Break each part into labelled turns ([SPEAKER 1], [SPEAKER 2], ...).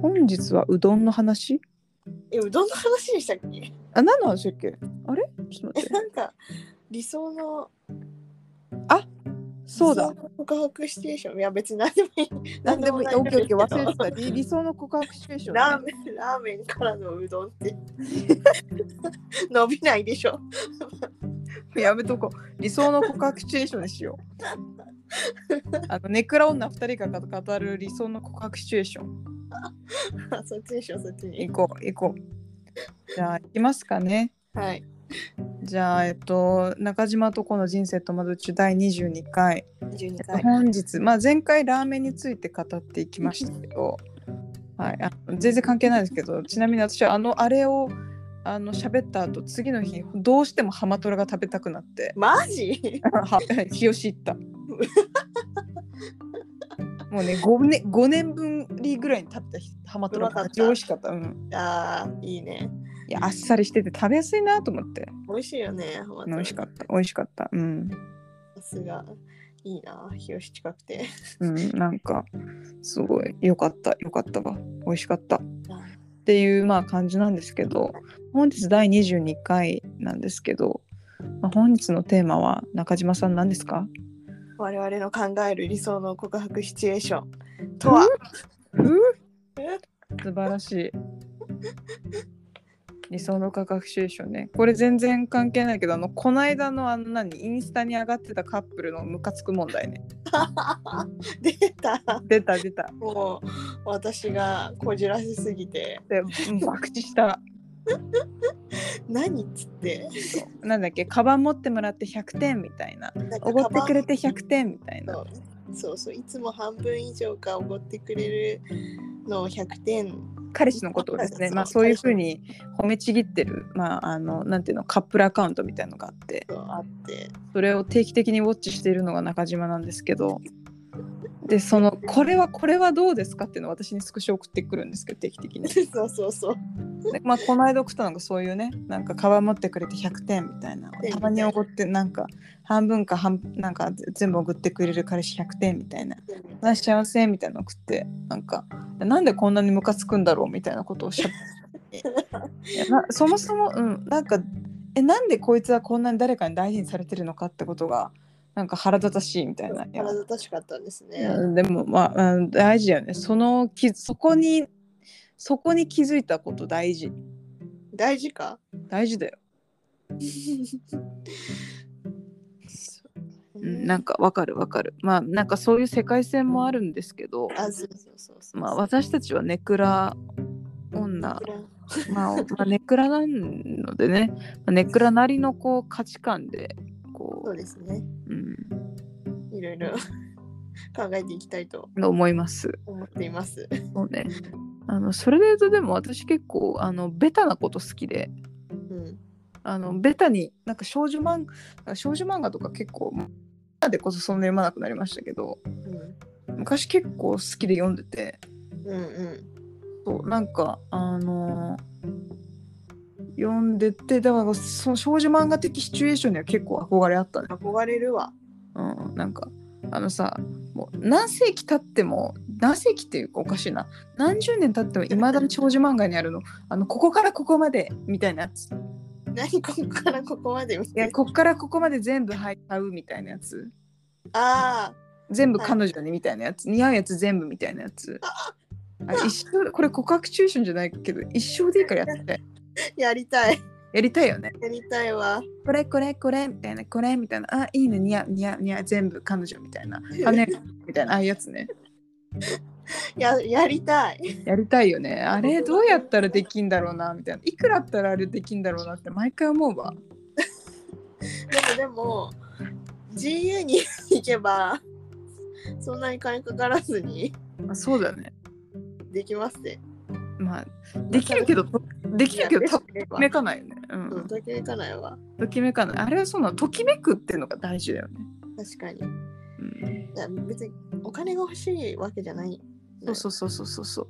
[SPEAKER 1] 本日はうどんの話
[SPEAKER 2] え、うどんの話でしたっけ
[SPEAKER 1] あ、何の話だっけあれちょっと
[SPEAKER 2] え、
[SPEAKER 1] 待って。
[SPEAKER 2] なんか、理想の、
[SPEAKER 1] そうだ
[SPEAKER 2] 理。想の告白シチュエーション。いや、別に何でもいい。
[SPEAKER 1] 何でもいい。
[SPEAKER 2] 何
[SPEAKER 1] オッケーオッケー。
[SPEAKER 2] け
[SPEAKER 1] 忘
[SPEAKER 2] ど
[SPEAKER 1] れてた。理理想の告白シチュエーションね、
[SPEAKER 2] ラーメン、ラーメンからのうどんって。 伸びないでしょ。
[SPEAKER 1] やめとこう。理想の告白シチュエーションにしよ う。あのネクラ女二人が語る理想の告白シチュエーション。
[SPEAKER 2] あそっちでしょ、そっちに。
[SPEAKER 1] 行こう、行こう。じゃあ、行きますかね。
[SPEAKER 2] はい。
[SPEAKER 1] じゃあ、えっと、中島とこの人生友達第22回。
[SPEAKER 2] 12回。
[SPEAKER 1] 本日、まあ、前回ラーメンについて語っていきましたけど、はい、あの全然関係ないですけどちなみに私はあのあれをあの喋った後次の日どうしてもハマトラが食べたくなって
[SPEAKER 2] マジ
[SPEAKER 1] は日吉行った。もうね5年 ,5 年分ぐらいに食べたハマトラ
[SPEAKER 2] うまか
[SPEAKER 1] が
[SPEAKER 2] った
[SPEAKER 1] 美味しかった、うん、
[SPEAKER 2] ああ、いいね。
[SPEAKER 1] いやあっさりしてて食べやすいなと思って
[SPEAKER 2] 美味しいよね。
[SPEAKER 1] 美味しか
[SPEAKER 2] っ
[SPEAKER 1] った美味しかったうん、
[SPEAKER 2] た。さすが。いいな、日吉近くて。
[SPEAKER 1] うん、なんかすごい良かった良かったわ美味しかったっていうまあ感じなんですけど本日第22回なんですけど、まあ、本日のテーマは中島さん何ですか
[SPEAKER 2] 我々の考える理想の告白シチュエーションとは、
[SPEAKER 1] 素晴らしい理想の価格収集ねこれ全然関係ないけどあのこないだのあの何インスタに上がってたカップルのムカつく問題ね
[SPEAKER 2] 出た。
[SPEAKER 1] 出た出た
[SPEAKER 2] もう私がこじらせすぎて
[SPEAKER 1] でうん爆打した
[SPEAKER 2] 何っつって
[SPEAKER 1] なんだっけカバン持ってもらって100点みたいな
[SPEAKER 2] なんか
[SPEAKER 1] おごってくれ
[SPEAKER 2] カ
[SPEAKER 1] て100点みたい
[SPEAKER 2] バン
[SPEAKER 1] な
[SPEAKER 2] そうそういつも半分以上かおごってくれるのを100点
[SPEAKER 1] 彼氏のことをですね、まあ、そういうふうに褒めちぎってる、まあ、あのなんていうのカップルアカウントみたいのがあって
[SPEAKER 2] とあって
[SPEAKER 1] それを定期的にウォッチしているのが中島なんですけどでそのこれはこれはどうですかっていうのを私にスクショ送ってくるんですけど定期的に、
[SPEAKER 2] そうそうそう
[SPEAKER 1] でまあ、この間送ったのがそういうねなんかカバン持ってくれて100点みたいなたまにおごってなんか半分か半なんか全部送ってくれる彼氏100点みたいなな幸せみたいなの送ってなんかなんでこんなにムカつくんだろうみたいなことをしゃいやなそもそも、うん、なんかえなんでこいつはこんなに誰かに大事にされてるのかってことがなんか腹立たしいみたいないや
[SPEAKER 2] 腹立たしかったですね、
[SPEAKER 1] うんでもまあ、うん大事だよねそのきそこにそこに気づいたこと大事
[SPEAKER 2] 大事か
[SPEAKER 1] 大事だよ、うん、なんかわかるわかるまあなんかそういう世界線もあるんですけど
[SPEAKER 2] あそうそうそうそう
[SPEAKER 1] まあ私たちはネクラ女まあ、まあネクラなのでね、まあネクラなりのこう価値観で
[SPEAKER 2] そ
[SPEAKER 1] こ
[SPEAKER 2] うですね
[SPEAKER 1] う、うん、
[SPEAKER 2] いろい ろ考えていきたいと
[SPEAKER 1] 思います。
[SPEAKER 2] 思っています
[SPEAKER 1] そうね。あのそれで言うとでも私結構あのベタなこと好きで、
[SPEAKER 2] うん
[SPEAKER 1] あのベタになんか少女漫画少女漫画とか結構今でこそそんな読まなくなりましたけど、
[SPEAKER 2] うん
[SPEAKER 1] 昔結構好きで読んでて、
[SPEAKER 2] うんうん
[SPEAKER 1] そうなんかあの読んでてだからその少女漫画的シチュエーションには結構憧れあったね。
[SPEAKER 2] 憧れるわ
[SPEAKER 1] うん、なんかあのさもう何世紀経っても何世紀っていうかおかしいな何十年経ってもいまだに長寿漫画にあるのあのここからここまでみたいなやつい
[SPEAKER 2] 何ここからここまで見
[SPEAKER 1] や
[SPEAKER 2] て
[SPEAKER 1] ここからここまで全部入っちゃうみたいなやつ
[SPEAKER 2] ああ
[SPEAKER 1] 全部彼女にみたいなやつ、似合うやつ全部みたいなやつあ 一生これ告白中心じゃないけど一生でいいからやって
[SPEAKER 2] やりたい。
[SPEAKER 1] やりたいよね
[SPEAKER 2] やりたいわ。
[SPEAKER 1] これこれこれみたいなこれみたいなあいいね似合う似合う似合う全部彼女みたい なあねみたいなああいうやつね
[SPEAKER 2] ややりたい。
[SPEAKER 1] やりたいよね。あれどうやったらできんだろうなみたいな。いくらあったらあれできんだろうなって毎回思うわ。
[SPEAKER 2] でもでも GU に 行けばそんなに金かからずに
[SPEAKER 1] あそうだね。
[SPEAKER 2] できますね。
[SPEAKER 1] まあできるけどできるけどと
[SPEAKER 2] と
[SPEAKER 1] きめかないよね。う
[SPEAKER 2] うん
[SPEAKER 1] ん。
[SPEAKER 2] ときめかないわ。
[SPEAKER 1] ときめかない。あれはそうなのときめくっていうのが大事だよね。
[SPEAKER 2] 確かに。
[SPEAKER 1] うん。
[SPEAKER 2] いや別にお金が欲しいわけじゃない。
[SPEAKER 1] そうそうそうそうそうそう。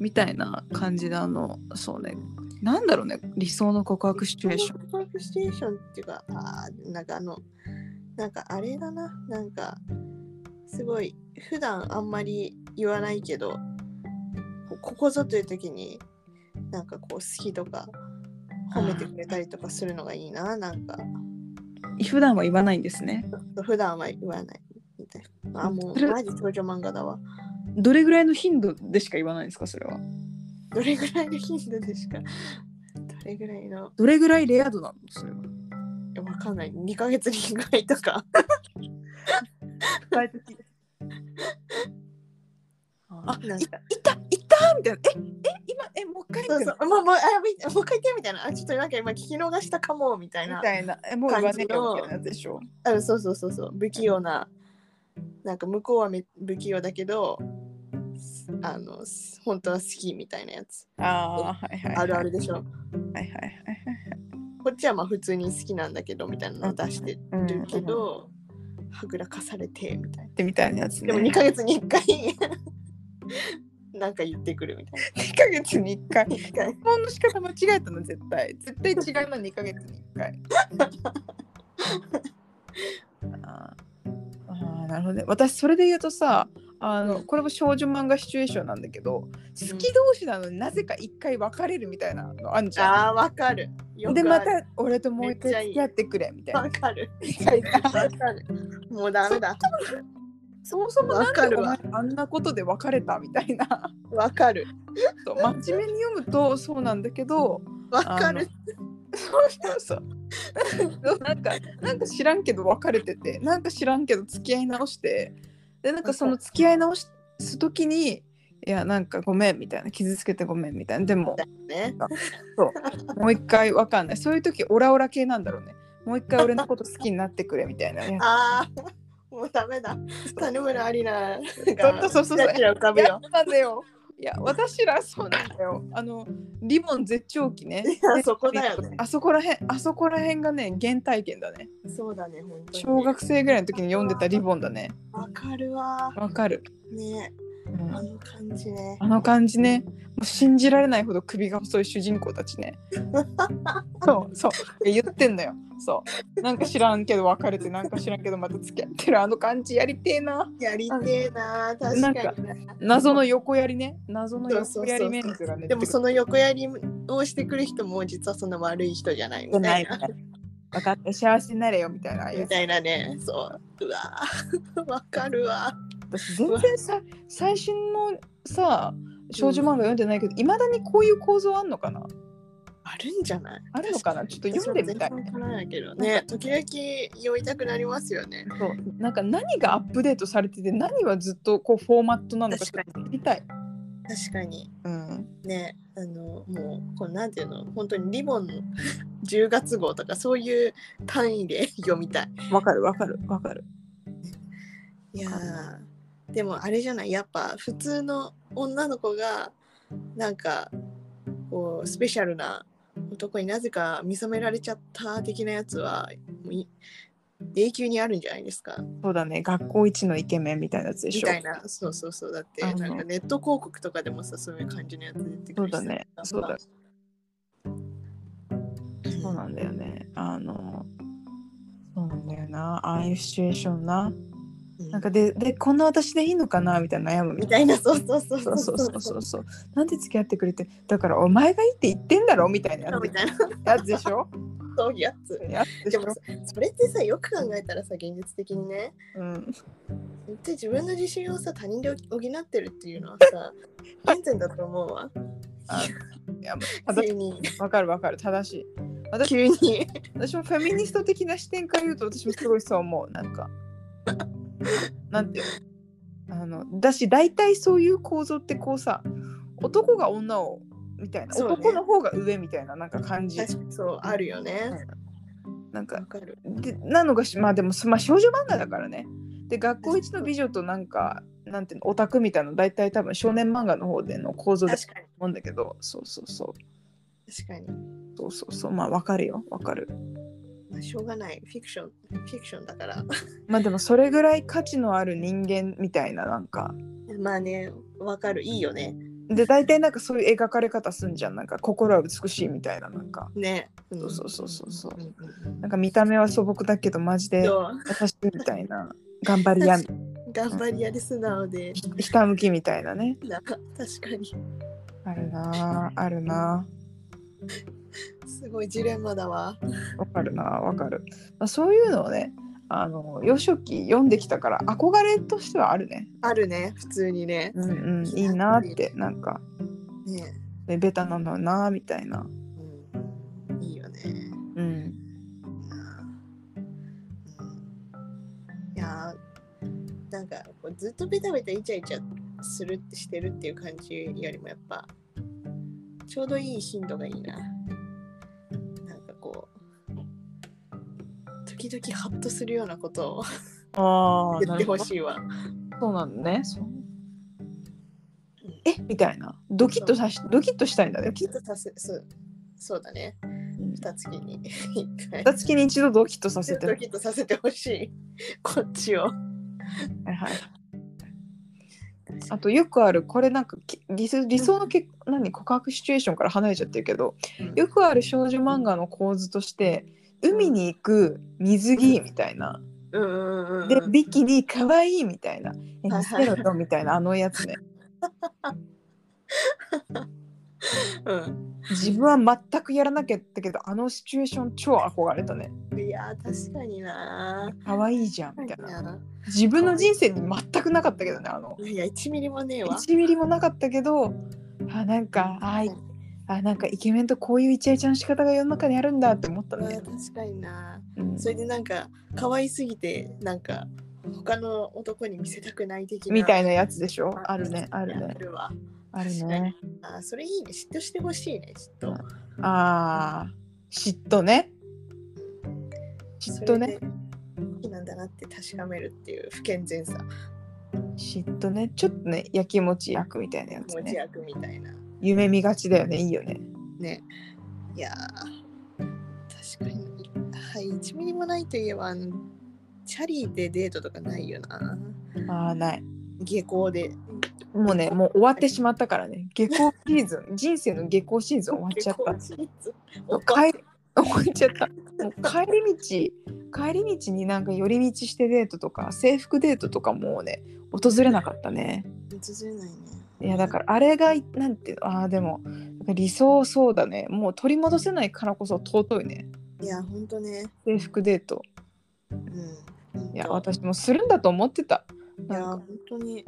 [SPEAKER 1] みたいな感じであのそうね。なんだろうね理想の告白シチュエーション。
[SPEAKER 2] ン。パークステーションっていうか、あーなんかあの、なんかあれだな、なんか、すごい、普段あんまり言わないけど、こうここぞという時になんかこう好きとか褒めてくれたりとかするのがいいななんか
[SPEAKER 1] 普段は言わないんですね
[SPEAKER 2] 普段は言わないみたいなあも
[SPEAKER 1] それ
[SPEAKER 2] うマジ少女漫画だわ
[SPEAKER 1] どれぐらいの頻度でしか言わないんですかそれは
[SPEAKER 2] どれぐらいの頻度ですかどれぐらいの
[SPEAKER 1] どれぐらいレア度なのそ れは
[SPEAKER 2] えわかんない2ヶ月に1回とか
[SPEAKER 1] あ
[SPEAKER 2] なんか
[SPEAKER 1] いたいたみたいなええ今えもう一回
[SPEAKER 2] そうそうもうもうあみもう一回言ってみたいなあちょっとなんか今聞き逃したかもみたい
[SPEAKER 1] み
[SPEAKER 2] な
[SPEAKER 1] たいなえもう言わねえよみたいなやつでしょ
[SPEAKER 2] あそうそうそうそう不器用ななんか向こうはめ不器用だけどあの本当は好きみたいなやつ
[SPEAKER 1] ああーはいはい、はい、
[SPEAKER 2] あるあるでしょ
[SPEAKER 1] はいはいはい
[SPEAKER 2] こっちはまあ普通に好きなんだけどみたいなの出して
[SPEAKER 1] はいうん
[SPEAKER 2] るけ
[SPEAKER 1] うん
[SPEAKER 2] ど、はぐらかされてみたいな
[SPEAKER 1] ってみたいなやつ、ね、
[SPEAKER 2] でも2ヶ月に1回 なんか言ってくるみたい
[SPEAKER 1] 2ヶ月に1回
[SPEAKER 2] な一回
[SPEAKER 1] 質問の仕方間違えたの絶対絶対違うの2ヶ月に1回 あーあーなるほどね私それで言うとさあのこれも少女漫画シチュエーションなんだけど好き同士なのになぜか1回別れるみたいなのあんじゃ
[SPEAKER 2] あーわかるよ
[SPEAKER 1] ん
[SPEAKER 2] く
[SPEAKER 1] で
[SPEAKER 2] ある
[SPEAKER 1] また俺ともう一
[SPEAKER 2] めっちゃ
[SPEAKER 1] 回
[SPEAKER 2] いい
[SPEAKER 1] 付き合ってくれみたいな
[SPEAKER 2] わ かる
[SPEAKER 1] みたいな
[SPEAKER 2] わかるもうダメだ
[SPEAKER 1] そもそもなん
[SPEAKER 2] わか
[SPEAKER 1] で
[SPEAKER 2] る
[SPEAKER 1] お
[SPEAKER 2] わ
[SPEAKER 1] 前あんなことで別れたみたいな
[SPEAKER 2] わかる
[SPEAKER 1] そう真面目に読むとそうなんだけど
[SPEAKER 2] わかる
[SPEAKER 1] そうそうそう。 なんかなんか知らんけど別れててなんか知らんけど付き合い直してでなんかその付き合い直す時にいやなんかごめんみたいな傷つけてごめんみたいなでも
[SPEAKER 2] ね
[SPEAKER 1] もう一回わかんないそういう時オラオラ系なんだろうねもう一回俺のこと好きになってくれみたいなね
[SPEAKER 2] ああもうダメだ谷村アリナが
[SPEAKER 1] そうそうそうそう
[SPEAKER 2] ちらちら浮か
[SPEAKER 1] い
[SPEAKER 2] ぶ
[SPEAKER 1] や
[SPEAKER 2] よ
[SPEAKER 1] そうなんだよいや私らそうなんだよあのリボン絶頂期ね
[SPEAKER 2] いやそこだよね
[SPEAKER 1] あそこらへんあそこらへんがね原体験だね
[SPEAKER 2] そうだね本当に
[SPEAKER 1] 小学生ぐらいの時に読んでたリボンだね
[SPEAKER 2] わかるわ
[SPEAKER 1] わかる、
[SPEAKER 2] ねあの感じね
[SPEAKER 1] あの感じね、もう信じられないほど首が細い主人公たち ね。そうそう、言ってんのよ。そう、なんか知らんけど別れて、なんか知らんけどまた付き合ってるあの感じやりてえな。
[SPEAKER 2] やりてえな確
[SPEAKER 1] なん
[SPEAKER 2] か
[SPEAKER 1] か
[SPEAKER 2] にね
[SPEAKER 1] 謎の横やりね、謎の横やりメンズがね。
[SPEAKER 2] でもその横やりをしてくる人も実はそんな悪い人じゃないみたいな
[SPEAKER 1] 分かった、幸せになれよみたいな。
[SPEAKER 2] みたいなねそううわー わかるわ
[SPEAKER 1] 私全然さ、最新のさ、少女漫画読んでないけど、いまだにこういう構造あんのかな。
[SPEAKER 2] あるんじゃない
[SPEAKER 1] あるのかな、ちょっと読んでみたい
[SPEAKER 2] 私。も全然わからないけどね時々酔いたくなりますよね
[SPEAKER 1] そうなんか何がアップデートされてて何はずっとこうフォーマットなのか
[SPEAKER 2] 確かに
[SPEAKER 1] 知りたい。
[SPEAKER 2] 確かに
[SPEAKER 1] うん、
[SPEAKER 2] ねあのもうこれなんていうの本当にリボンの 10月号とかそういう単 位で読みたい
[SPEAKER 1] わかるわかるわかる。
[SPEAKER 2] いやーでもあれじゃないやっぱ普通の女の子がなんかこうスペシャルな男になぜか見初められちゃった的なやつはもうい永久にあるんじゃないですか
[SPEAKER 1] そうだね学校一のイケメンみたいなやつで
[SPEAKER 2] み
[SPEAKER 1] しょ
[SPEAKER 2] た。いなそうそうそうだって
[SPEAKER 1] あの
[SPEAKER 2] なんかネット広告とかでもさそういう感じのやつ出てくるしさ
[SPEAKER 1] そうだねそうだそうなんだよね。あのそうなんだよなああいうシチュエーションな。
[SPEAKER 2] うん
[SPEAKER 1] なんかででこんな私でいいのかなみたいな悩むみ
[SPEAKER 2] み
[SPEAKER 1] た
[SPEAKER 2] た
[SPEAKER 1] い
[SPEAKER 2] い
[SPEAKER 1] な。
[SPEAKER 2] なそうそうそう
[SPEAKER 1] そうそうそうそうそう。なんで付き合ってくれてだからお前がいいって言ってんだろみたいなや
[SPEAKER 2] み
[SPEAKER 1] つ
[SPEAKER 2] たいな
[SPEAKER 1] やつでしょ。
[SPEAKER 2] そういうやつ
[SPEAKER 1] やつでし
[SPEAKER 2] で
[SPEAKER 1] ょ
[SPEAKER 2] も。さそれってさよく考えたらさ現実的にね
[SPEAKER 1] うん。
[SPEAKER 2] で自分の自信をさ他人で補ってるっていうのは さ現在だと思うわ
[SPEAKER 1] あいや正し
[SPEAKER 2] 急に
[SPEAKER 1] いわかるわかる正しい。私
[SPEAKER 2] 急 に
[SPEAKER 1] 私もフェミニスト的な視点から言うと私もすごいそう思うなんかなんていうのあのだし大体そういう構造ってこうさ男が女をみたいな、
[SPEAKER 2] そうね
[SPEAKER 1] 男の方が上みたいななんか感じ、
[SPEAKER 2] 確かにそうあるよね
[SPEAKER 1] なん
[SPEAKER 2] わ
[SPEAKER 1] か
[SPEAKER 2] かる
[SPEAKER 1] でなのがしまあでもすまあ少女漫画だからねで学校一の美女となんかなんていうのオタクみたいなの大体多分少年漫画の方での構造だと
[SPEAKER 2] 確かに
[SPEAKER 1] 思うんだけどそうそうそう
[SPEAKER 2] 確かに、
[SPEAKER 1] そうそうそうまあわかるよわかる
[SPEAKER 2] まあ、しょうがないフィクションフィクションだから
[SPEAKER 1] まあでもそれぐらい価値のある人間みたいななんか
[SPEAKER 2] まあねわかるいいよね
[SPEAKER 1] で大体なんかそういう描かれ方すんじゃんなんか心は美しいみたいななんか
[SPEAKER 2] ね
[SPEAKER 1] そうそうそうそうそうん
[SPEAKER 2] うん
[SPEAKER 1] なんか見た目は素朴だけどマジで
[SPEAKER 2] そう
[SPEAKER 1] 優しいみたいな頑張り屋
[SPEAKER 2] 頑張りやり素直で
[SPEAKER 1] ひたむきみたいなね
[SPEAKER 2] なんか確かに
[SPEAKER 1] あるなあるな
[SPEAKER 2] すごいジレンマだわ。
[SPEAKER 1] わかるなわかる、まあ、そういうのをねあの幼少期読んできたから憧れとしてはあるね
[SPEAKER 2] あるね、普通にね。
[SPEAKER 1] うんうんいいなってなんか、
[SPEAKER 2] ね、
[SPEAKER 1] ね、ベタなんだろうなみたいな
[SPEAKER 2] うん、いいよね。
[SPEAKER 1] うん
[SPEAKER 2] うんいやーなんかこうずっとベタベタイチャイチャするってしてるっていう感じよりもやっぱちょうどいい頻度がいいな。なんかこう時々ハッとするようなことを
[SPEAKER 1] ああ
[SPEAKER 2] 言
[SPEAKER 1] な
[SPEAKER 2] って
[SPEAKER 1] る
[SPEAKER 2] ほ
[SPEAKER 1] ほど
[SPEAKER 2] しいわ。
[SPEAKER 1] そうなんだねそうえみたいなドキッとさしドキッとしたいんだね
[SPEAKER 2] きっとさせそうそうだね。二月に一回。
[SPEAKER 1] 二月に一度ドキッとさせて
[SPEAKER 2] ドキッとさせてほしい。こっちを。
[SPEAKER 1] はいはいあとよくあるこれなんかき理想理想のけ何告白シチュエーションから離れちゃってるけど
[SPEAKER 2] うん
[SPEAKER 1] よくある少女漫画の構図として海に行く水着みたいな
[SPEAKER 2] うんうんうんうん
[SPEAKER 1] でビキニ可愛いみたいなえ
[SPEAKER 2] はい
[SPEAKER 1] 見せろよみたいなあのやつね
[SPEAKER 2] う
[SPEAKER 1] 自分は全くやらなきゃったけどあのシチュエーション超憧れたね
[SPEAKER 2] ん。いやー、確かにな。
[SPEAKER 1] 可愛いじゃんみたいな
[SPEAKER 2] な
[SPEAKER 1] 自分の人生に全くなかったけどねあの
[SPEAKER 2] いや、1ミリもねえわ。
[SPEAKER 1] 1ミリもなかったけどあなんかあいあなんかイケメンとこういうイチャイチャの仕方が世の中にあるんだって思った
[SPEAKER 2] うん
[SPEAKER 1] ね。
[SPEAKER 2] 確かにな。
[SPEAKER 1] うん
[SPEAKER 2] それでなんか、可愛すぎて、なんか、他の男に見せたくない的な。
[SPEAKER 1] みたいなやつでしょあるね
[SPEAKER 2] あ
[SPEAKER 1] あ
[SPEAKER 2] る
[SPEAKER 1] るね
[SPEAKER 2] わ。
[SPEAKER 1] ある
[SPEAKER 2] 確か
[SPEAKER 1] ね
[SPEAKER 2] にあーそれいいね。嫉妬してほしいね、嫉妬。
[SPEAKER 1] あー嫉妬ね嫉妬ね
[SPEAKER 2] それで。好きなんだなって確かめるっていう不健全さ。
[SPEAKER 1] 嫉妬ねちょっとねやきもち焼くみたいなやつ
[SPEAKER 2] 持ち
[SPEAKER 1] ね
[SPEAKER 2] 役みたいな。
[SPEAKER 1] 夢見がちだよねいいよね
[SPEAKER 2] ね。いやー、確かに。はい、1ミリもないといえば、あのチャリでデートとかないよな。
[SPEAKER 1] あーない
[SPEAKER 2] 下校で。
[SPEAKER 1] もうねもう終わってしまったからね下校シーズン 人生の下校シーズン終わっちゃった
[SPEAKER 2] 下校シーズン
[SPEAKER 1] 帰り終わっちゃったもう帰り道帰り道になんか寄り道してデートとか制服デートとかもうね訪れなかったね
[SPEAKER 2] 訪れないね。
[SPEAKER 1] いやだからあれがいなんていうのああでも理想そうだねもう取り戻せないからこそ尊いね
[SPEAKER 2] いや、ほんとね。
[SPEAKER 1] 制服デート
[SPEAKER 2] うん。
[SPEAKER 1] いや私もするんだと思ってた
[SPEAKER 2] いや、
[SPEAKER 1] なん
[SPEAKER 2] 本
[SPEAKER 1] か
[SPEAKER 2] 当に。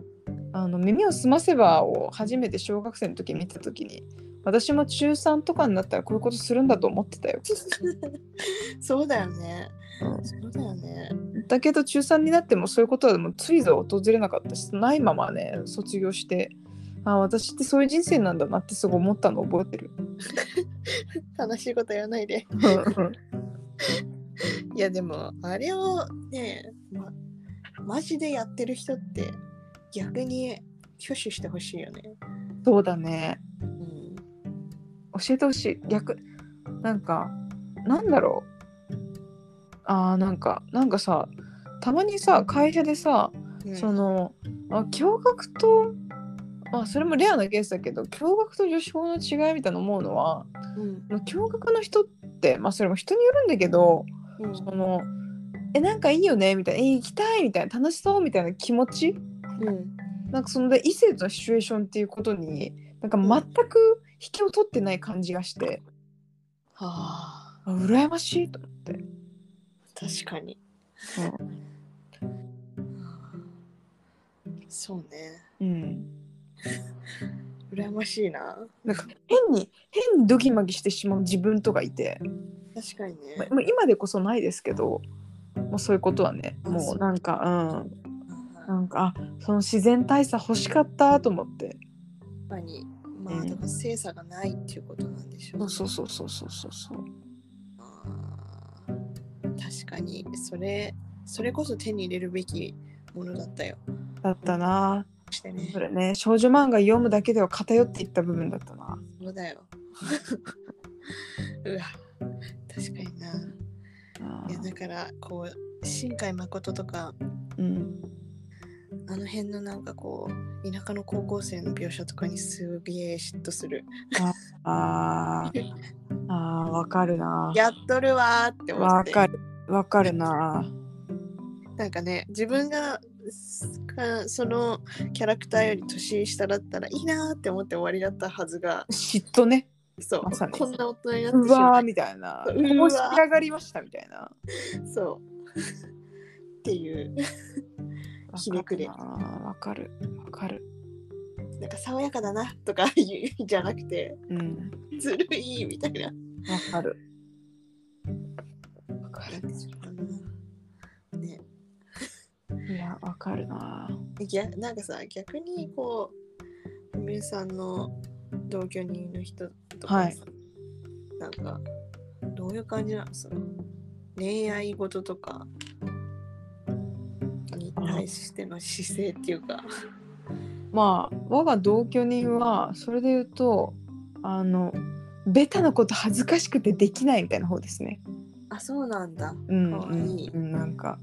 [SPEAKER 1] あの耳をすませばを初めて小学生の時見た時に私も中3とかになったらこういうことするんだと思ってたよ、
[SPEAKER 2] そうだよね。
[SPEAKER 1] うん
[SPEAKER 2] そうだよね。
[SPEAKER 1] だけど中3になってもそういうことはもうついぞ訪れなかったしないままね卒業してあ私ってそういう人生なんだなってすごい思ったの覚えて る。
[SPEAKER 2] 悲しいこと言わないで。いや、でも、あれをね、ま、マジでやってる人って、逆に挙手してほしいよね。
[SPEAKER 1] そうだね
[SPEAKER 2] うん。
[SPEAKER 1] 教えてほしい逆なんかなんだろうあーなんかなんかさたまにさ会社でさ
[SPEAKER 2] うん
[SPEAKER 1] そのあ驚愕とまあそれもレアなケースだけど驚愕と女子校の違いみたいな思うのは
[SPEAKER 2] うん。
[SPEAKER 1] まあ驚愕の人ってまあそれも人によるんだけど
[SPEAKER 2] うん
[SPEAKER 1] そのえなんかいいよねみたいなえ行きたいみたいな楽しそうみたいな気持ち
[SPEAKER 2] うん。
[SPEAKER 1] なんかそので異性とのシチュエーションっていうことになんか全く引きを取ってない感じがして
[SPEAKER 2] はあ、
[SPEAKER 1] あ羨ましいと思って
[SPEAKER 2] 確かに。そうね。
[SPEAKER 1] うん、
[SPEAKER 2] 羨ましいな。
[SPEAKER 1] なんか変に変にドギマギしてしまう自分とかいて、
[SPEAKER 2] 確かにね。
[SPEAKER 1] まあもう今でこそないですけどもうそういうことはねもうなんかうんなんかあその自然大差欲しかったと思って
[SPEAKER 2] 確かに。まあ、
[SPEAKER 1] うん
[SPEAKER 2] だから精査がないっていうことなんでしょ
[SPEAKER 1] そうう。そうそうそうそうそうそう
[SPEAKER 2] あー確かに、それ、それこそ手に入れるべきものだったよ。
[SPEAKER 1] だったな
[SPEAKER 2] してね。
[SPEAKER 1] それね少女漫画読むだけでは偏っていった部分だったな
[SPEAKER 2] そうだよ。 うわ、確かにな。
[SPEAKER 1] あ
[SPEAKER 2] いや、
[SPEAKER 1] ー
[SPEAKER 2] だから、こう、新海誠とか、
[SPEAKER 1] うん
[SPEAKER 2] あの辺のなんかこう田舎の高校生の描写とかにすげえ嫉妬する。
[SPEAKER 1] あー あーわかるな
[SPEAKER 2] やっとるわーって思
[SPEAKER 1] わ
[SPEAKER 2] って。
[SPEAKER 1] かるわかるな
[SPEAKER 2] なんかね自分がすかそのキャラクターより年下だったらいいなーって思って終わりだったはずが
[SPEAKER 1] 嫉妬ね
[SPEAKER 2] そう、
[SPEAKER 1] まさに
[SPEAKER 2] こんな大人になって
[SPEAKER 1] う
[SPEAKER 2] しま
[SPEAKER 1] わ
[SPEAKER 2] っ
[SPEAKER 1] ーみたいな
[SPEAKER 2] うわー
[SPEAKER 1] こう仕上がりましたみたいな
[SPEAKER 2] たそうっていうひねくれ
[SPEAKER 1] わかるなわかるわかる
[SPEAKER 2] なんか爽やかだなとか言うじゃなくて
[SPEAKER 1] うん
[SPEAKER 2] ずるいみたいな
[SPEAKER 1] わかるわか
[SPEAKER 2] ね
[SPEAKER 1] るいやわかるな
[SPEAKER 2] 逆なんかさ逆にこうみゆさんの同居人の人とか、
[SPEAKER 1] はい
[SPEAKER 2] なんかどういう感じなのその恋愛事とかに対しての姿勢っていうか
[SPEAKER 1] まあ我が同居人はそれで言うとあのベタなこと恥ずかしくてできないみたいな方ですね
[SPEAKER 2] あそうなんだ
[SPEAKER 1] うん
[SPEAKER 2] かわいい
[SPEAKER 1] うんうんなんか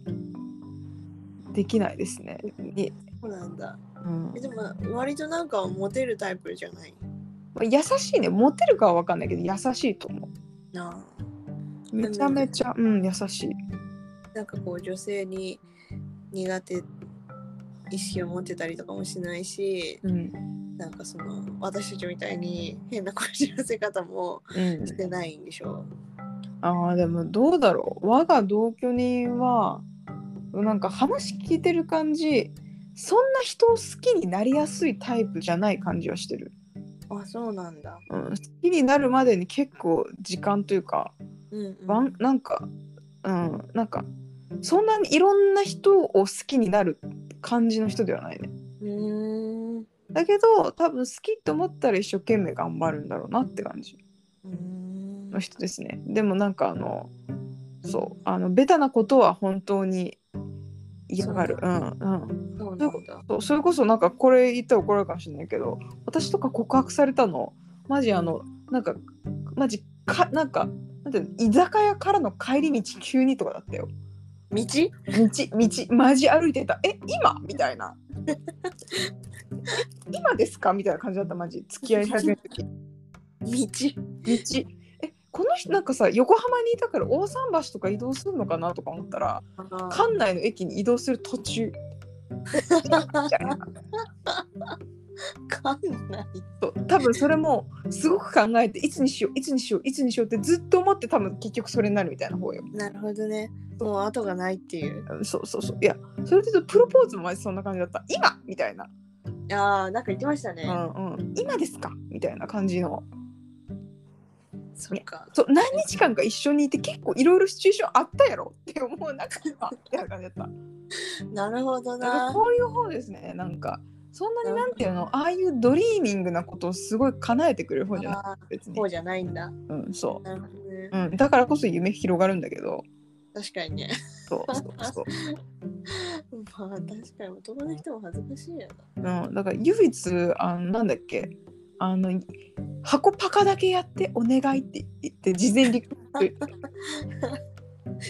[SPEAKER 1] できないですねで
[SPEAKER 2] そうなんだ
[SPEAKER 1] うん
[SPEAKER 2] えでも割となんかモテるタイプじゃない
[SPEAKER 1] まあ優しいねモテるかは分かんないけど優しいと思
[SPEAKER 2] なあ
[SPEAKER 1] うめちゃめちゃうん優しい
[SPEAKER 2] なんかこう女性に苦手意識を持ってたりとかもしないし
[SPEAKER 1] うん
[SPEAKER 2] なんかその私たちみたいに変なこじらせ方も
[SPEAKER 1] うん
[SPEAKER 2] してないんでしょ
[SPEAKER 1] あーでもどうだろう我が同居人はなんか話聞いてる感じそんな人を好きになりやすいタイプじゃない感じはしてる、
[SPEAKER 2] う。あそうなんだ。
[SPEAKER 1] うん、好きになるまでに結構時間というか
[SPEAKER 2] うん、うん。
[SPEAKER 1] わんなんかうんなんかそんなにいろんな人を好きになる感じの人ではないね
[SPEAKER 2] うーん。
[SPEAKER 1] だけど多分好きと思ったら一生懸命頑張るんだろうなって感じ
[SPEAKER 2] うーん
[SPEAKER 1] の人ですねでもなんかあのそうあのベタなことは本当に嫌がる
[SPEAKER 2] そううん
[SPEAKER 1] うん
[SPEAKER 2] そうなんだ。
[SPEAKER 1] そうそれこそなんかこれ言ったら怒られるかもしれないけど私とか告白されたのマジあのなんかマジかなんかなんていうの居酒屋からの帰り道急にとかだったよ
[SPEAKER 2] 道
[SPEAKER 1] 道道マジ歩いてたえ今みたい なえ今ですかみたいな感じだったマジ付き合い始めた時
[SPEAKER 2] 道
[SPEAKER 1] 道えこの人なんかさ横浜にいたから大桟橋とか移動するのかなとか思ったら
[SPEAKER 2] あ
[SPEAKER 1] 館内の駅に移動する途中みたいな
[SPEAKER 2] かんない。
[SPEAKER 1] そう多分それもすごく考えていつにしよういつにしよういつにしようってずっと思って多分結局それになるみたいな方よ
[SPEAKER 2] なるほどね。もう後がないっていう。
[SPEAKER 1] うんそうそうそういやそれで言うとプロポーズもマジそんな感じだった今みたいな、
[SPEAKER 2] ああなんか言ってましたね。
[SPEAKER 1] うんうん、今ですかみたいな感じの
[SPEAKER 2] そっか。
[SPEAKER 1] そう何日間か一緒にいて結構いろいろシチュエーションあったやろって思う中ではみたいな感じだった
[SPEAKER 2] なるほど
[SPEAKER 1] だから
[SPEAKER 2] な。
[SPEAKER 1] こういう方ですねなんかそんなに
[SPEAKER 2] な
[SPEAKER 1] な
[SPEAKER 2] る
[SPEAKER 1] んていうのああいうドリーミングなことをすごい叶えてくれる方じゃない
[SPEAKER 2] あ
[SPEAKER 1] 別
[SPEAKER 2] ー
[SPEAKER 1] に
[SPEAKER 2] こうじゃないんだ。
[SPEAKER 1] うんそ
[SPEAKER 2] なるほどね
[SPEAKER 1] う、。うん、だからこそ夢広がるんだけど
[SPEAKER 2] 確かにね。
[SPEAKER 1] そうそうそう、
[SPEAKER 2] まあ確かに男の人も恥ずかしいよ
[SPEAKER 1] うん、だから唯一あのなんだっけあの箱パカだけやってお願いって言って事前に
[SPEAKER 2] な。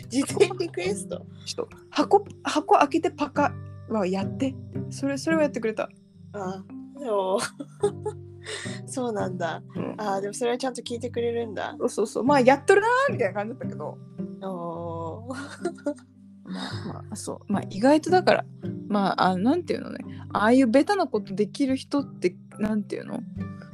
[SPEAKER 2] 事前リクエスト。
[SPEAKER 1] ちょっと箱箱開けてパカはやってそれそれはやってくれた、
[SPEAKER 2] あでも そうなんだ。
[SPEAKER 1] うん、
[SPEAKER 2] あでもそれはちゃんと聞いてくれるんだ。
[SPEAKER 1] そうそうそうまあやっとるなーみたいな感じだったけど
[SPEAKER 2] おー
[SPEAKER 1] まあまあそうまあ意外とだからまああなんていうのねああいうベタなことできる人ってなんていうの、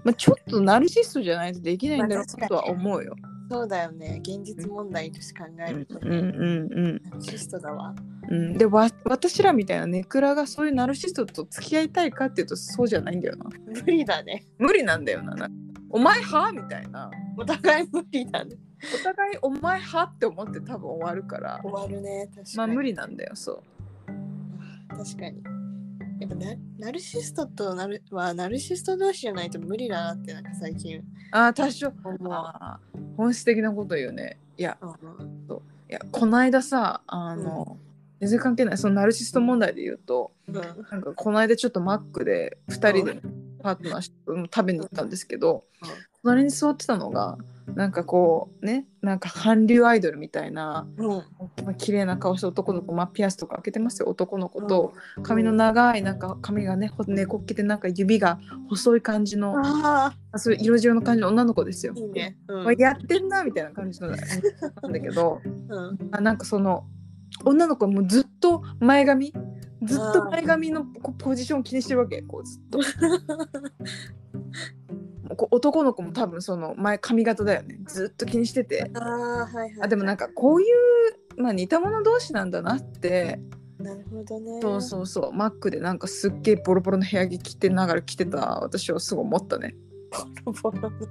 [SPEAKER 1] まあ、ちょっとナルシストじゃないとできないんだろうなとは思うよ。
[SPEAKER 2] そうだよね。現実問題として考えると、
[SPEAKER 1] うんうん
[SPEAKER 2] ナルシストだわ。
[SPEAKER 1] うんうん、でわ私らみたいなネクラがそういうナルシストと付き合いたいかっていうとそうじゃないんだよな
[SPEAKER 2] 無理だね。
[SPEAKER 1] 無理なんだよななんかお前はみたいな
[SPEAKER 2] お互い無理だね。
[SPEAKER 1] お互いお前はって思って多分終わるから
[SPEAKER 2] 終わるね。確かに。
[SPEAKER 1] まあ無理なんだよそう
[SPEAKER 2] 確かに。やっぱなナルシストとなるはナルシスト同士じゃないと無理だなってなんか最近
[SPEAKER 1] ああ多少
[SPEAKER 2] 思う。
[SPEAKER 1] あー本質的なこと言うねいや
[SPEAKER 2] うん
[SPEAKER 1] いやこの間さあの、全然関係ないそのナルシスト問題で言うと
[SPEAKER 2] うん
[SPEAKER 1] なんかこの間ちょっとマックで2人でパートナーシップうん食べに行ったんですけど、
[SPEAKER 2] うん
[SPEAKER 1] 隣に座ってたのがなんかこうねなんか韓流アイドルみたいな
[SPEAKER 2] うん。
[SPEAKER 1] 綺麗な顔した男の子、まあ、ピアスとか開けてますよ男の子と、髪の長いなんか髪がねほ猫っけてなんか指が細い感じの、
[SPEAKER 2] ああ
[SPEAKER 1] あそういう色白の感じの女の子ですよ。
[SPEAKER 2] いいね。う
[SPEAKER 1] まあやってんなみたいな感じのなんだけど。
[SPEAKER 2] うん。
[SPEAKER 1] あなんかその女の子はもうずっと前髪ずっと前髪のこうポジション気にしてるわけこうずっとこう男の子も多分その前髪型だよねずっと気にしてて
[SPEAKER 2] ああはいはい
[SPEAKER 1] あでもなんかこういう、まあ、似た者同士なんだなって
[SPEAKER 2] なるほどね
[SPEAKER 1] そうそうそうマックでなんかすっげえボロボロの部屋着着てながら着てた私はすごい思ったね
[SPEAKER 2] ボロボロのね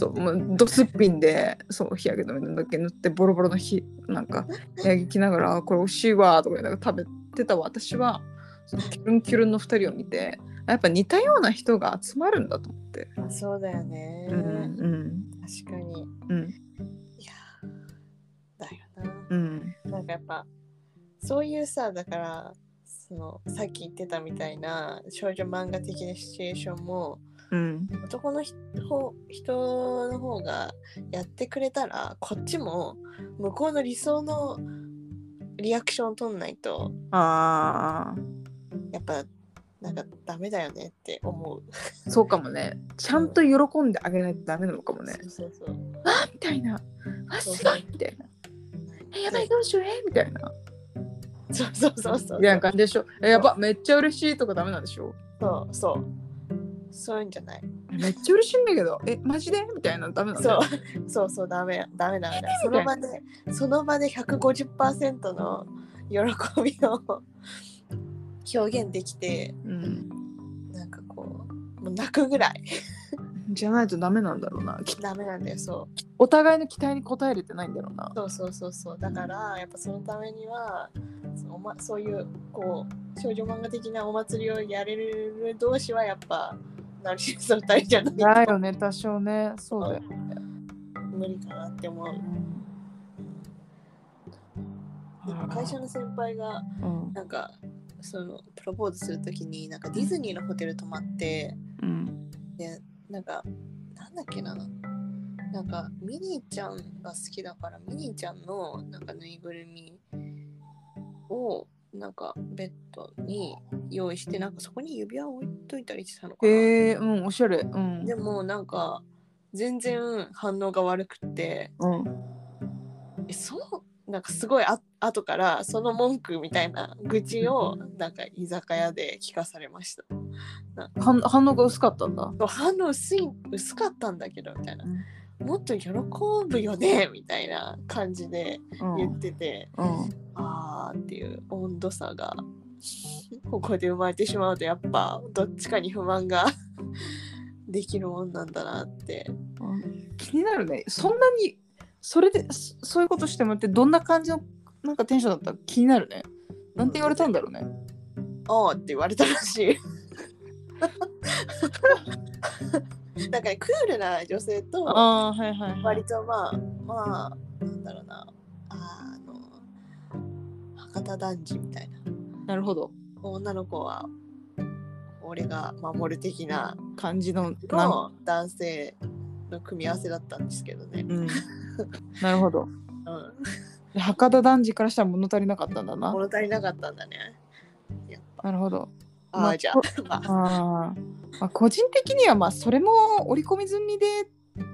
[SPEAKER 1] そうもうドスッピンでそう日焼け止めだけ塗ってボロボロの日なんか部屋着着ながらあこれ美味しいわとか言いながら食べてた私はそのキュルンキュルンの2人を見てあやっぱ似たような人が集まるんだと思って。
[SPEAKER 2] あそうだよね、
[SPEAKER 1] うんうん
[SPEAKER 2] 確かに
[SPEAKER 1] うん
[SPEAKER 2] いやーだよな
[SPEAKER 1] うん
[SPEAKER 2] なんかやっぱそういうさだからそのさっき言ってたみたいな少女漫画的なシチュエーションも
[SPEAKER 1] うん
[SPEAKER 2] 男の人人の方がやってくれたらこっちも向こうの理想のリアクションを取んないと
[SPEAKER 1] あ
[SPEAKER 2] やっぱなんかダメだよねって思う。
[SPEAKER 1] ーそうかもねちゃんと喜んであげないとダメなのかもね
[SPEAKER 2] そうそうそう
[SPEAKER 1] みたいなあすごいみたいなえやばいどうしようえみたいな
[SPEAKER 2] そうそうそうそう
[SPEAKER 1] みたいな感じでしょえやばめっちゃ嬉しいとかダメなんでしょ
[SPEAKER 2] そうそうそういうんじゃない
[SPEAKER 1] めっちゃ嬉しいんだけどえマジでみたいなのダメなんだ
[SPEAKER 2] そ
[SPEAKER 1] よ
[SPEAKER 2] う そうそうダメダメダメその場でその場で150%の喜びを 表現できて
[SPEAKER 1] うん、
[SPEAKER 2] なんかこうもう泣くぐらい
[SPEAKER 1] じゃないとダメなんだろうなき
[SPEAKER 2] ダメなんだよそう
[SPEAKER 1] お互いの期待に応えれてないんだろうな
[SPEAKER 2] そうそうそうそうだからやっぱそのためにはそのおまそういうこう少女漫画的なお祭りをやれる同士はやっぱナルシスト2人じゃない
[SPEAKER 1] だよね多少ねそうだよね、
[SPEAKER 2] 無理かなって思うでも会社の先輩が
[SPEAKER 1] うん
[SPEAKER 2] なんかそのプロポーズするときになんかディズニーのホテル泊まって
[SPEAKER 1] うん
[SPEAKER 2] でなんかなんだっけななんかミニーちゃんが好きだからミニーちゃんのなんかぬいぐるみをなんかベッドに用意してなんかそこに指輪を置いといたりしてたのかな、
[SPEAKER 1] へえうんおしゃれうん
[SPEAKER 2] でもなんか全然反応が悪くって
[SPEAKER 1] うん
[SPEAKER 2] えそのなんかすごいあ後からその文句みたいな愚痴をなんか居酒屋で聞かされました
[SPEAKER 1] 反反応が薄かったんだ
[SPEAKER 2] 反応薄い薄かったんだけどみたいな、もっと喜ぶよねみたいな感じで
[SPEAKER 1] うん
[SPEAKER 2] 言ってて、
[SPEAKER 1] うん
[SPEAKER 2] あーっていう温度差がここで生まれてしまうとやっぱどっちかに不満が できるもんなんだなって
[SPEAKER 1] 気になるねそんなにそれでそそういうことしてもらってどんな感じのなんかテンションだったか気になるねなんて言われたんだろうね
[SPEAKER 2] あーって言われたらしい なんかねクールな女性と
[SPEAKER 1] ああはいはいはい
[SPEAKER 2] 割とまあまあなんだろうなあの博多男児みたいな
[SPEAKER 1] なるほど
[SPEAKER 2] 女の子は俺が守る的な
[SPEAKER 1] 感じのな
[SPEAKER 2] の男性の組み合わせだったんですけどね、
[SPEAKER 1] うん、なるほど
[SPEAKER 2] うん、
[SPEAKER 1] で博多男児からしたら物足りなかったんだな
[SPEAKER 2] 物足りなかったんだねやっぱ
[SPEAKER 1] なるほど
[SPEAKER 2] あ
[SPEAKER 1] ま
[SPEAKER 2] あじゃあ
[SPEAKER 1] こ
[SPEAKER 2] まあ
[SPEAKER 1] あー、まあ、個人的にはまあそれも織り込み済みで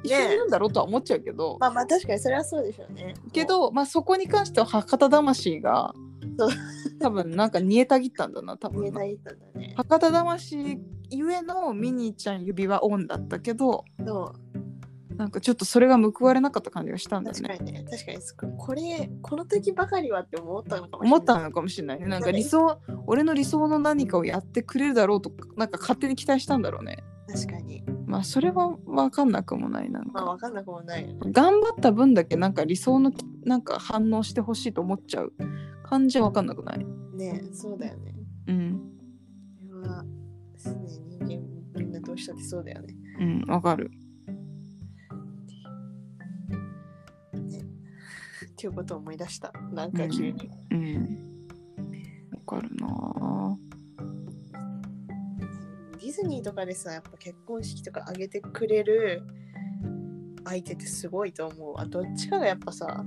[SPEAKER 1] 一緒にいるんだろうとは思っちゃうけど、
[SPEAKER 2] まあまあ確かにそれはそうでしょうね
[SPEAKER 1] けど、まあ、そこに関しては博多魂が
[SPEAKER 2] そう
[SPEAKER 1] 多分なんか煮えたぎったんだな多
[SPEAKER 2] 見え
[SPEAKER 1] 分
[SPEAKER 2] たいったんだね
[SPEAKER 1] 博多魂ゆえのミニーちゃん指輪オンだったけど
[SPEAKER 2] そう
[SPEAKER 1] なんかちょっとそれが報われなかった感じがしたんだよ
[SPEAKER 2] 確か
[SPEAKER 1] ね
[SPEAKER 2] にね確かにそここれこの時ばかりはって思ったのかもしれない
[SPEAKER 1] 思ったのかもしれないねなんか理想俺の理想の何かをやってくれるだろうとなんか勝手に期待したんだろうね
[SPEAKER 2] 確かに
[SPEAKER 1] まあそれは分かんなくもないなん
[SPEAKER 2] まあ
[SPEAKER 1] か
[SPEAKER 2] 分かんなくもないよね
[SPEAKER 1] 頑張った分だけなんか理想のきなんか反応してほしいと思っちゃう感じは分かんなくない
[SPEAKER 2] ねそうだよね
[SPEAKER 1] うん
[SPEAKER 2] これはですね人間みんなどうしたってそうだよね
[SPEAKER 1] うん分かる
[SPEAKER 2] っていうことを思い出したなんか急に、
[SPEAKER 1] うん分かるな
[SPEAKER 2] ディズニーとかでさやっぱ結婚式とかあげてくれる相手ってすごいと思うあどっちかがやっぱさ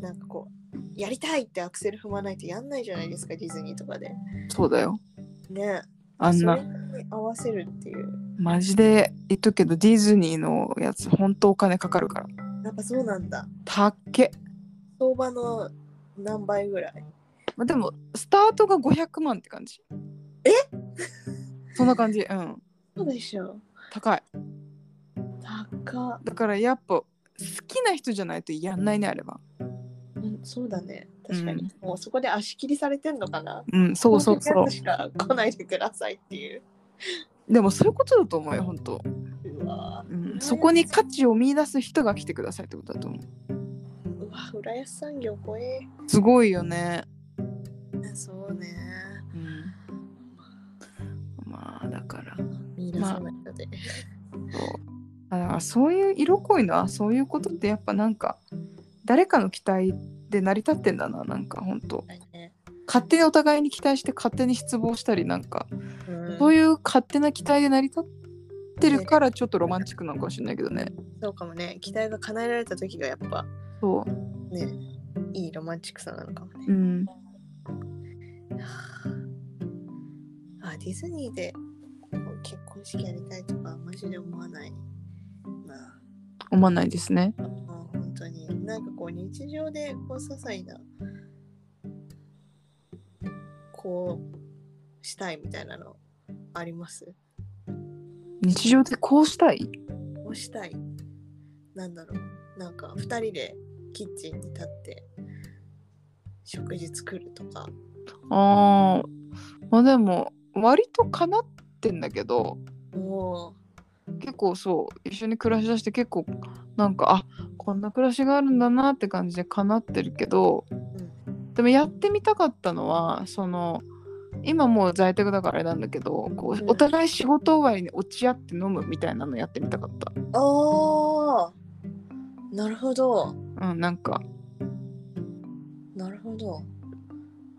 [SPEAKER 2] なんかこうやりたいってアクセル踏まないとやんないじゃないですかディズニーとかで
[SPEAKER 1] そうだよ
[SPEAKER 2] ね
[SPEAKER 1] あん
[SPEAKER 2] そ
[SPEAKER 1] な
[SPEAKER 2] れに合わせるっていう
[SPEAKER 1] マジで言っとくけどディズニーのやつ本当お金かかるから
[SPEAKER 2] やっぱそうなんだ
[SPEAKER 1] たっけ
[SPEAKER 2] 相場の何倍ぐらい
[SPEAKER 1] まあ、でもスタートが500万って感じ
[SPEAKER 2] え
[SPEAKER 1] そんな感じうん
[SPEAKER 2] そうでしょ。
[SPEAKER 1] 高い
[SPEAKER 2] 高っ。
[SPEAKER 1] だからやっぱ好きな人じゃないとやんないねあれは
[SPEAKER 2] うん、そうだね。確かに。もうそこで足切りされてんのかな。
[SPEAKER 1] うんそうそう
[SPEAKER 2] こ
[SPEAKER 1] そ
[SPEAKER 2] いやつしか来ないでくださいっていう。
[SPEAKER 1] うでもそういうことだと思うよ本当、
[SPEAKER 2] うわ
[SPEAKER 1] うん、そこに価値を見出す人が来てくださいってことだと思う
[SPEAKER 2] ーうわ、浦安産業怖え。
[SPEAKER 1] すごいよね
[SPEAKER 2] そうね。
[SPEAKER 1] うんまあだから
[SPEAKER 2] 見出さないので。
[SPEAKER 1] そうあだからそういう色濃いのはそういうことってやっぱなんか誰かの期待で成り立ってんだななんか本当
[SPEAKER 2] はいね
[SPEAKER 1] 勝手にお互いに期待して勝手に失望したりなんか
[SPEAKER 2] うん
[SPEAKER 1] そういう勝手な期待で成り立ってるからちょっとロマンチックなのかもしれないけどね
[SPEAKER 2] そうかもね。期待が叶えられた時がやっぱ
[SPEAKER 1] そ
[SPEAKER 2] ね、いいロマンチックさなのかもね
[SPEAKER 1] うう。ん
[SPEAKER 2] あ、ディズニーで結婚式やりたいとかマジで思わないな。
[SPEAKER 1] 思わないですね
[SPEAKER 2] まあ本当になんかこう日常でこう些細なこうしたいみたいなのあります
[SPEAKER 1] 日常でこうしたい
[SPEAKER 2] こうしたいなんだろうなんか2人でキッチンに立って食事作るとか
[SPEAKER 1] あーまあでも割とかなってんだけど
[SPEAKER 2] も
[SPEAKER 1] 結構そう一緒に暮らしだして結構なんかあこんな暮らしがあるんだなって感じでかなってるけど、でもやってみたかったのはその今もう在宅だからあれなんだけどこ
[SPEAKER 2] う
[SPEAKER 1] うんお互い仕事終わりに落ち合って飲むみたいなのやってみたかった。
[SPEAKER 2] うああなるほど
[SPEAKER 1] うん、なんか
[SPEAKER 2] なるほど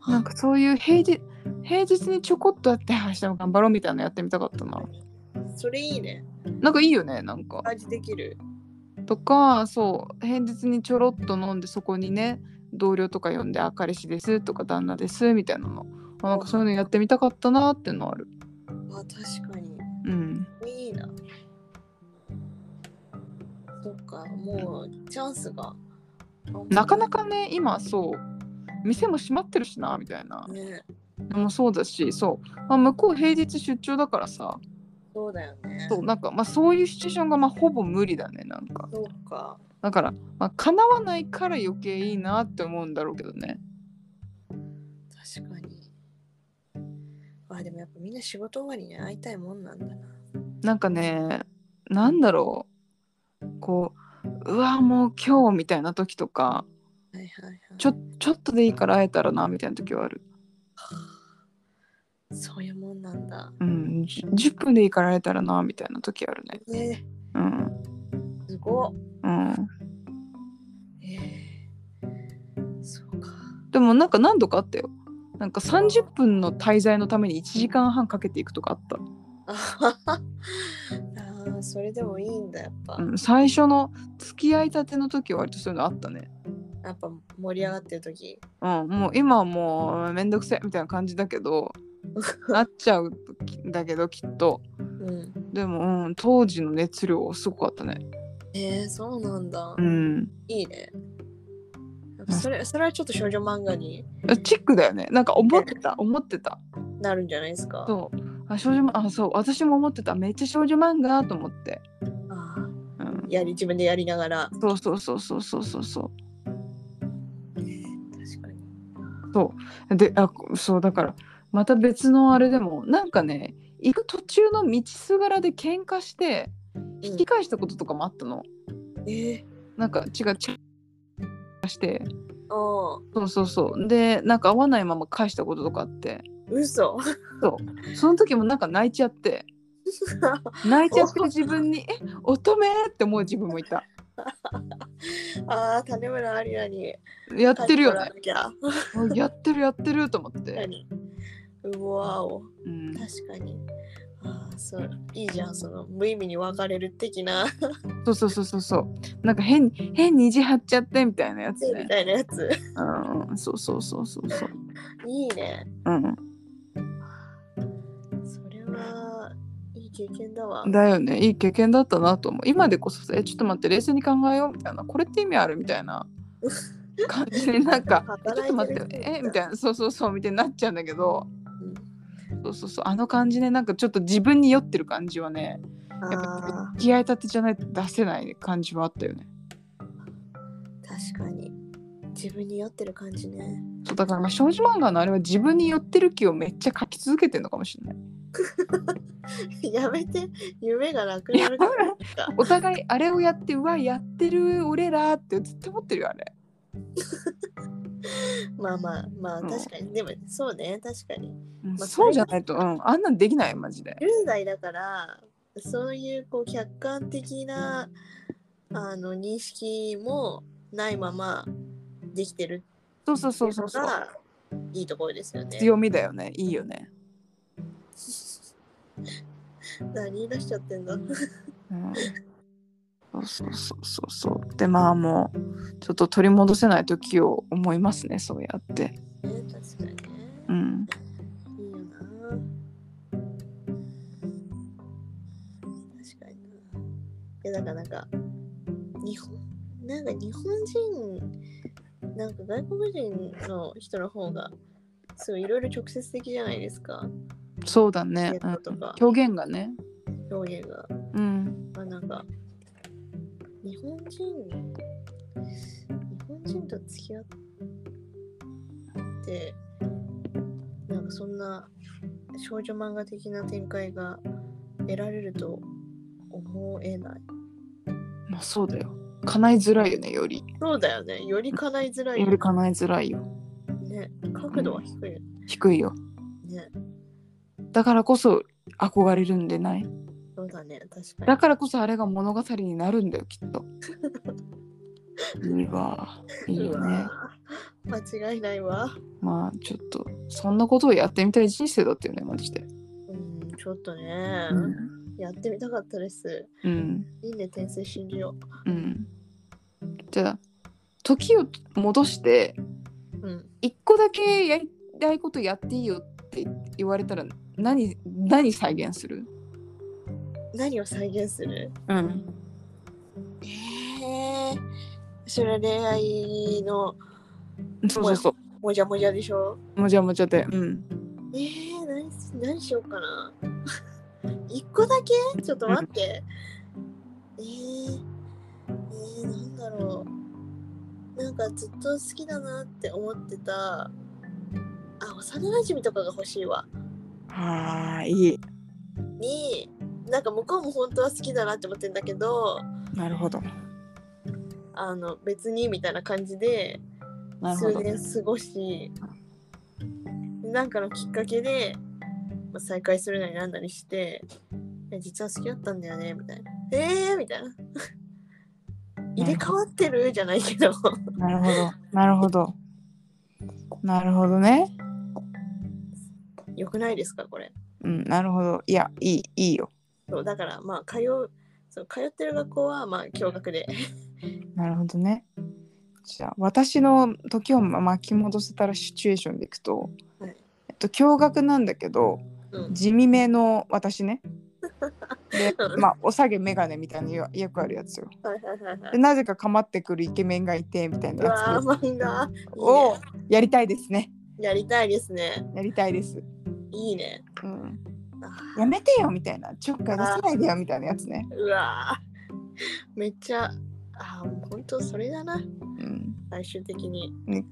[SPEAKER 1] なんかそういう平日平日にちょこっとあって明日も頑張ろうみたいなのやってみたかったな。
[SPEAKER 2] それいいね
[SPEAKER 1] なんかいいよねなんか。
[SPEAKER 2] 味できる
[SPEAKER 1] とかそう平日にちょろっと飲んでそこにね同僚とか呼んで「あ彼氏です」とか「旦那です」みたいなのあなんかそういうのやってみたかったなっていうのはある
[SPEAKER 2] あ確かに
[SPEAKER 1] うん
[SPEAKER 2] いいな。そっか、もうチャンスが。
[SPEAKER 1] なかなかね今そう店も閉まってるしなみたいな
[SPEAKER 2] ね。
[SPEAKER 1] でもそうだしそう、まあ、向こう平日出張だからさ
[SPEAKER 2] そうだよね。
[SPEAKER 1] そうなんか、まあ、そういうシチュエーションがまあほぼ無理だねなんか
[SPEAKER 2] そうか。
[SPEAKER 1] だから、まあ、叶わないから余計いいなって思うんだろうけどね
[SPEAKER 2] 確かに。あ、でもやっぱみんな仕事終わりに会いたいもんなんだな。
[SPEAKER 1] なんかねなんだろうこううわもう今日みたいな時とか
[SPEAKER 2] はいはいはい。
[SPEAKER 1] ちょちょっとでいいから会えたらなみたいな時はある、
[SPEAKER 2] そういうもんなんだ。
[SPEAKER 1] うん、じ10分でいいから会えたらなみたいな時あるね
[SPEAKER 2] ね、
[SPEAKER 1] うん
[SPEAKER 2] すごっ。
[SPEAKER 1] うん
[SPEAKER 2] えー、そうか。
[SPEAKER 1] でもなんか何度かあったよなんか30分の滞在のために1時間半かけていくとかあった、
[SPEAKER 2] あははあー、それでもいいんだ、やっぱ。
[SPEAKER 1] うん、最初の付き合いたての時は割とそういうのあったね
[SPEAKER 2] やっぱ盛り上がってる時。
[SPEAKER 1] うん、もう今はもうめんどくせえみたいな感じだけどなっちゃうんだけどきっと
[SPEAKER 2] うん。
[SPEAKER 1] でも、うん、当時の熱量すごかったね。
[SPEAKER 2] えー、そうなんだ。
[SPEAKER 1] うん。
[SPEAKER 2] いいね。やっぱそれそれはちょっと少女漫画に
[SPEAKER 1] チックだよね。なんか思ってた、思ってた。
[SPEAKER 2] なるんじゃないですか。
[SPEAKER 1] そう。あ、少女漫あ、そう、私も思ってた。めっちゃ少女漫画と思って。
[SPEAKER 2] ああ
[SPEAKER 1] うん。
[SPEAKER 2] やり自分でやりながら。
[SPEAKER 1] そうそうそうそうそうそうそ
[SPEAKER 2] 確かに。
[SPEAKER 1] う。で、あ、そう、だから、また別のあれでも、なんかね、行く途中の道すがらで喧嘩して、引き返したこととかもあったの。
[SPEAKER 2] え
[SPEAKER 1] なんか、違う、ちして、
[SPEAKER 2] ー、あ
[SPEAKER 1] そ
[SPEAKER 2] あ、
[SPEAKER 1] うそうそう。で、なんか合わないまま返したこととかあって、
[SPEAKER 2] 嘘。
[SPEAKER 1] そう。その時もなんか泣いちゃって。泣いちゃってる自分 に「え乙女!」って思う自分もいた
[SPEAKER 2] ああ、種村アリラに。
[SPEAKER 1] やってるよね
[SPEAKER 2] 帰ってもらわなきゃ
[SPEAKER 1] あやってるやってると思って、
[SPEAKER 2] 何うわお。
[SPEAKER 1] うん、
[SPEAKER 2] 確かに。ああ、そう。いいじゃん、その無意味に別れる的な、
[SPEAKER 1] そうそうそうそうそうなんか変に変に意地張っちゃってみたいなやつ
[SPEAKER 2] み
[SPEAKER 1] ね
[SPEAKER 2] たいなやつ。
[SPEAKER 1] うんそうそうそうそうそう
[SPEAKER 2] いいね。
[SPEAKER 1] うん
[SPEAKER 2] それは、いい経験だわ。
[SPEAKER 1] だよねいい経験 だったなと思う今でこそさ「えちょっと待って冷静に考えよう」みたいな「これって意味ある?」みたいな感じになんか「えちょっ
[SPEAKER 2] 働
[SPEAKER 1] と
[SPEAKER 2] い
[SPEAKER 1] 待
[SPEAKER 2] て
[SPEAKER 1] っ
[SPEAKER 2] る
[SPEAKER 1] て
[SPEAKER 2] 人
[SPEAKER 1] えみたいな「そうそうそう」みたいになっちゃうんだけど
[SPEAKER 2] うん。
[SPEAKER 1] そうそうそうあの感じねなんかちょっと自分に酔ってる感じはねやっ
[SPEAKER 2] あ
[SPEAKER 1] ぱ気合い立てじゃないと出せない感じはあったよね
[SPEAKER 2] ー確かに自分に酔ってる感じね
[SPEAKER 1] そうだからまあ少女漫画のあれは自分に寄ってる気をめっちゃ書き続けてるのかもしれない
[SPEAKER 2] やめて夢がなくなるからなんか
[SPEAKER 1] お互いあれをやってうわやってる俺らってずっと思ってるよあれ
[SPEAKER 2] まあまあまあ
[SPEAKER 1] うん
[SPEAKER 2] 確かに、でもそうね確かに
[SPEAKER 1] うん
[SPEAKER 2] まあ
[SPEAKER 1] そうじゃないと、うん、あんなんできないマジで
[SPEAKER 2] 10代だからそういうこう客観的なあの認識もないままできてる
[SPEAKER 1] そうそう
[SPEAKER 2] って
[SPEAKER 1] そ
[SPEAKER 2] いうう
[SPEAKER 1] そ
[SPEAKER 2] の
[SPEAKER 1] うそう
[SPEAKER 2] がいいところですよね。
[SPEAKER 1] 強みだよねいいよね
[SPEAKER 2] 何言い出しちゃってんだ。
[SPEAKER 1] うん、そうそうそうそうそうでまあもうちょっと取り戻せない時を思いますねそうやって
[SPEAKER 2] ね確かにね。
[SPEAKER 1] うん
[SPEAKER 2] いいよな。確かにな。いやだからなんか日本なんか日本人なんか外国人の人の方がそういろいろ直接的じゃないですか
[SPEAKER 1] そうだね、うん
[SPEAKER 2] やっぱとか、
[SPEAKER 1] 表現がね
[SPEAKER 2] 表現が。
[SPEAKER 1] うん
[SPEAKER 2] まあなんか日本人日本人と付き合ってなんかそんな少女漫画的な展開が得られると思えない
[SPEAKER 1] まあそうだよ叶いづらいよねより
[SPEAKER 2] そうだよねより叶いづらい
[SPEAKER 1] よ
[SPEAKER 2] よ
[SPEAKER 1] り叶いづらいよ
[SPEAKER 2] ね角度は低いよ
[SPEAKER 1] 低いよ
[SPEAKER 2] ね
[SPEAKER 1] だからこそ憧れるんでない
[SPEAKER 2] そうだね確か
[SPEAKER 1] だ
[SPEAKER 2] に
[SPEAKER 1] からこそあれが物語になるんだよきっ といいわいいよね
[SPEAKER 2] うわ間違いないわ
[SPEAKER 1] まあちょっとそんなことをやってみたい人生だったよねマジで
[SPEAKER 2] うんちょっとね、
[SPEAKER 1] うん
[SPEAKER 2] やってみたかったです
[SPEAKER 1] うん、
[SPEAKER 2] いいね転生信じよ
[SPEAKER 1] うん、じゃあ時を戻して
[SPEAKER 2] ううん
[SPEAKER 1] 一個だけやりたいことやっていいよって言われたら何何再現する
[SPEAKER 2] 何を再現する
[SPEAKER 1] うん
[SPEAKER 2] えー、それは恋愛の
[SPEAKER 1] そうそうそ
[SPEAKER 2] もじゃもじゃでしょ
[SPEAKER 1] うもじゃもじゃでうん
[SPEAKER 2] えー、何す何しようかな 一個だけちょっと待って、えー、えー、なんだろうなんかずっと好きだなって思ってたあ幼なじみとかが欲しいわ
[SPEAKER 1] ああいい
[SPEAKER 2] になんか向こうも本当は好きだなって思ってんだけど
[SPEAKER 1] なるほど
[SPEAKER 2] あの別にみたいな感じで
[SPEAKER 1] なるほ
[SPEAKER 2] 数
[SPEAKER 1] ど
[SPEAKER 2] 年過ごしなんかのきっかけで、まあ、再会するなりなんなりしてえ実は好きだったんだよねみたいなえーみた いな入れ替わってるじゃないけど
[SPEAKER 1] なるほどなるほどなるほどね
[SPEAKER 2] よくないですかこれ
[SPEAKER 1] うんなるほどいやいいいいよ
[SPEAKER 2] そうだからまあ通うそう通ってる学校はまあ共学で
[SPEAKER 1] なるほどねじゃあ私の時を巻き戻せたらシチュエーションでいくと、
[SPEAKER 2] はい
[SPEAKER 1] えっと驚愕なんだけど
[SPEAKER 2] うん
[SPEAKER 1] 地味めの私 ねでまあお下げ眼鏡みたいなよよくあるやつよ
[SPEAKER 2] はいはいはいは
[SPEAKER 1] で
[SPEAKER 2] い
[SPEAKER 1] なぜか構ってくるイケメンがいてみたいうな
[SPEAKER 2] わ
[SPEAKER 1] や
[SPEAKER 2] ー漫画
[SPEAKER 1] つをやりたいですね
[SPEAKER 2] いいねやりたいですね
[SPEAKER 1] やりたいです、
[SPEAKER 2] いいね
[SPEAKER 1] うん、
[SPEAKER 2] あ
[SPEAKER 1] やめてよみたいなちょっかい出さないでよみたいなやつね、
[SPEAKER 2] ーうわーめっちゃあーもう本当それだな
[SPEAKER 1] うん
[SPEAKER 2] 最終的に
[SPEAKER 1] ね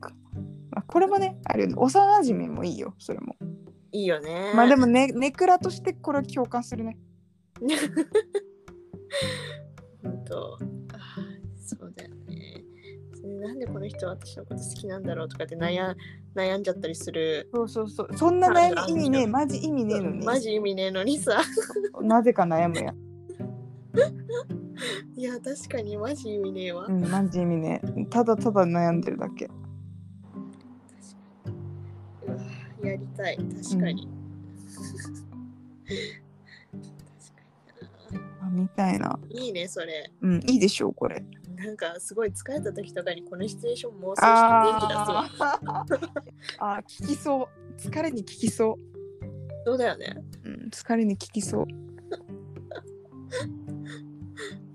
[SPEAKER 1] まあ、これもねあれよね幼馴染もいいよそれも
[SPEAKER 2] いいよね
[SPEAKER 1] まあでもねネクラとしてこれは共感するね
[SPEAKER 2] 本当あーそうだよねそれなんでこの人は私のこと好きなんだろうとかって悩悩んじゃったりする
[SPEAKER 1] そうそうそう。そんな悩み意味ねえ、マジ意味ねえのに。
[SPEAKER 2] マジ意味ねえのにさ
[SPEAKER 1] なぜか悩むやん。
[SPEAKER 2] いや確かにマジ意味ねえわ、
[SPEAKER 1] うん、マジ意味ねえ。ただただ悩んでるだけ。
[SPEAKER 2] うわやりたい確かに、確か
[SPEAKER 1] あみたいな。
[SPEAKER 2] にないいねそれ
[SPEAKER 1] うん、いいでしょう、これ。
[SPEAKER 2] なんかすごい疲れた時とかにこのシチュエーション妄想して元気出すわ
[SPEAKER 1] あー あー、聞きそう。疲れに聞きそ
[SPEAKER 2] そうだよね
[SPEAKER 1] う。うん、疲れに聞きそう。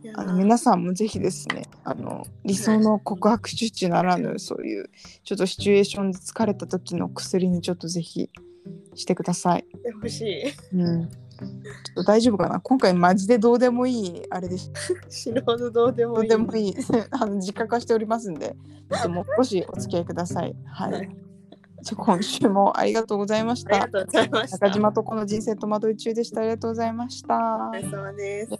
[SPEAKER 2] いや
[SPEAKER 1] ああの皆さんもぜひですねあの理想の告白手術ならぬそういうちょっとシチュエーションで疲れた時の薬にちょっとぜひしてください。
[SPEAKER 2] てほしい。
[SPEAKER 1] うん、ちょっと大丈夫かな今回マジでどうでもいいあれです
[SPEAKER 2] 死ぬほどどうで
[SPEAKER 1] ど
[SPEAKER 2] も
[SPEAKER 1] う
[SPEAKER 2] いい。
[SPEAKER 1] でもい いあの実家化しておりますんでちょっともう少しお付き合いください。はい、
[SPEAKER 2] はい
[SPEAKER 1] じゃあ今週もありがとうございまし
[SPEAKER 2] あり
[SPEAKER 1] た
[SPEAKER 2] が。とうございました。
[SPEAKER 1] 中島とこの人生戸惑い中でした。ありがとうございました。
[SPEAKER 2] お疲れ様です。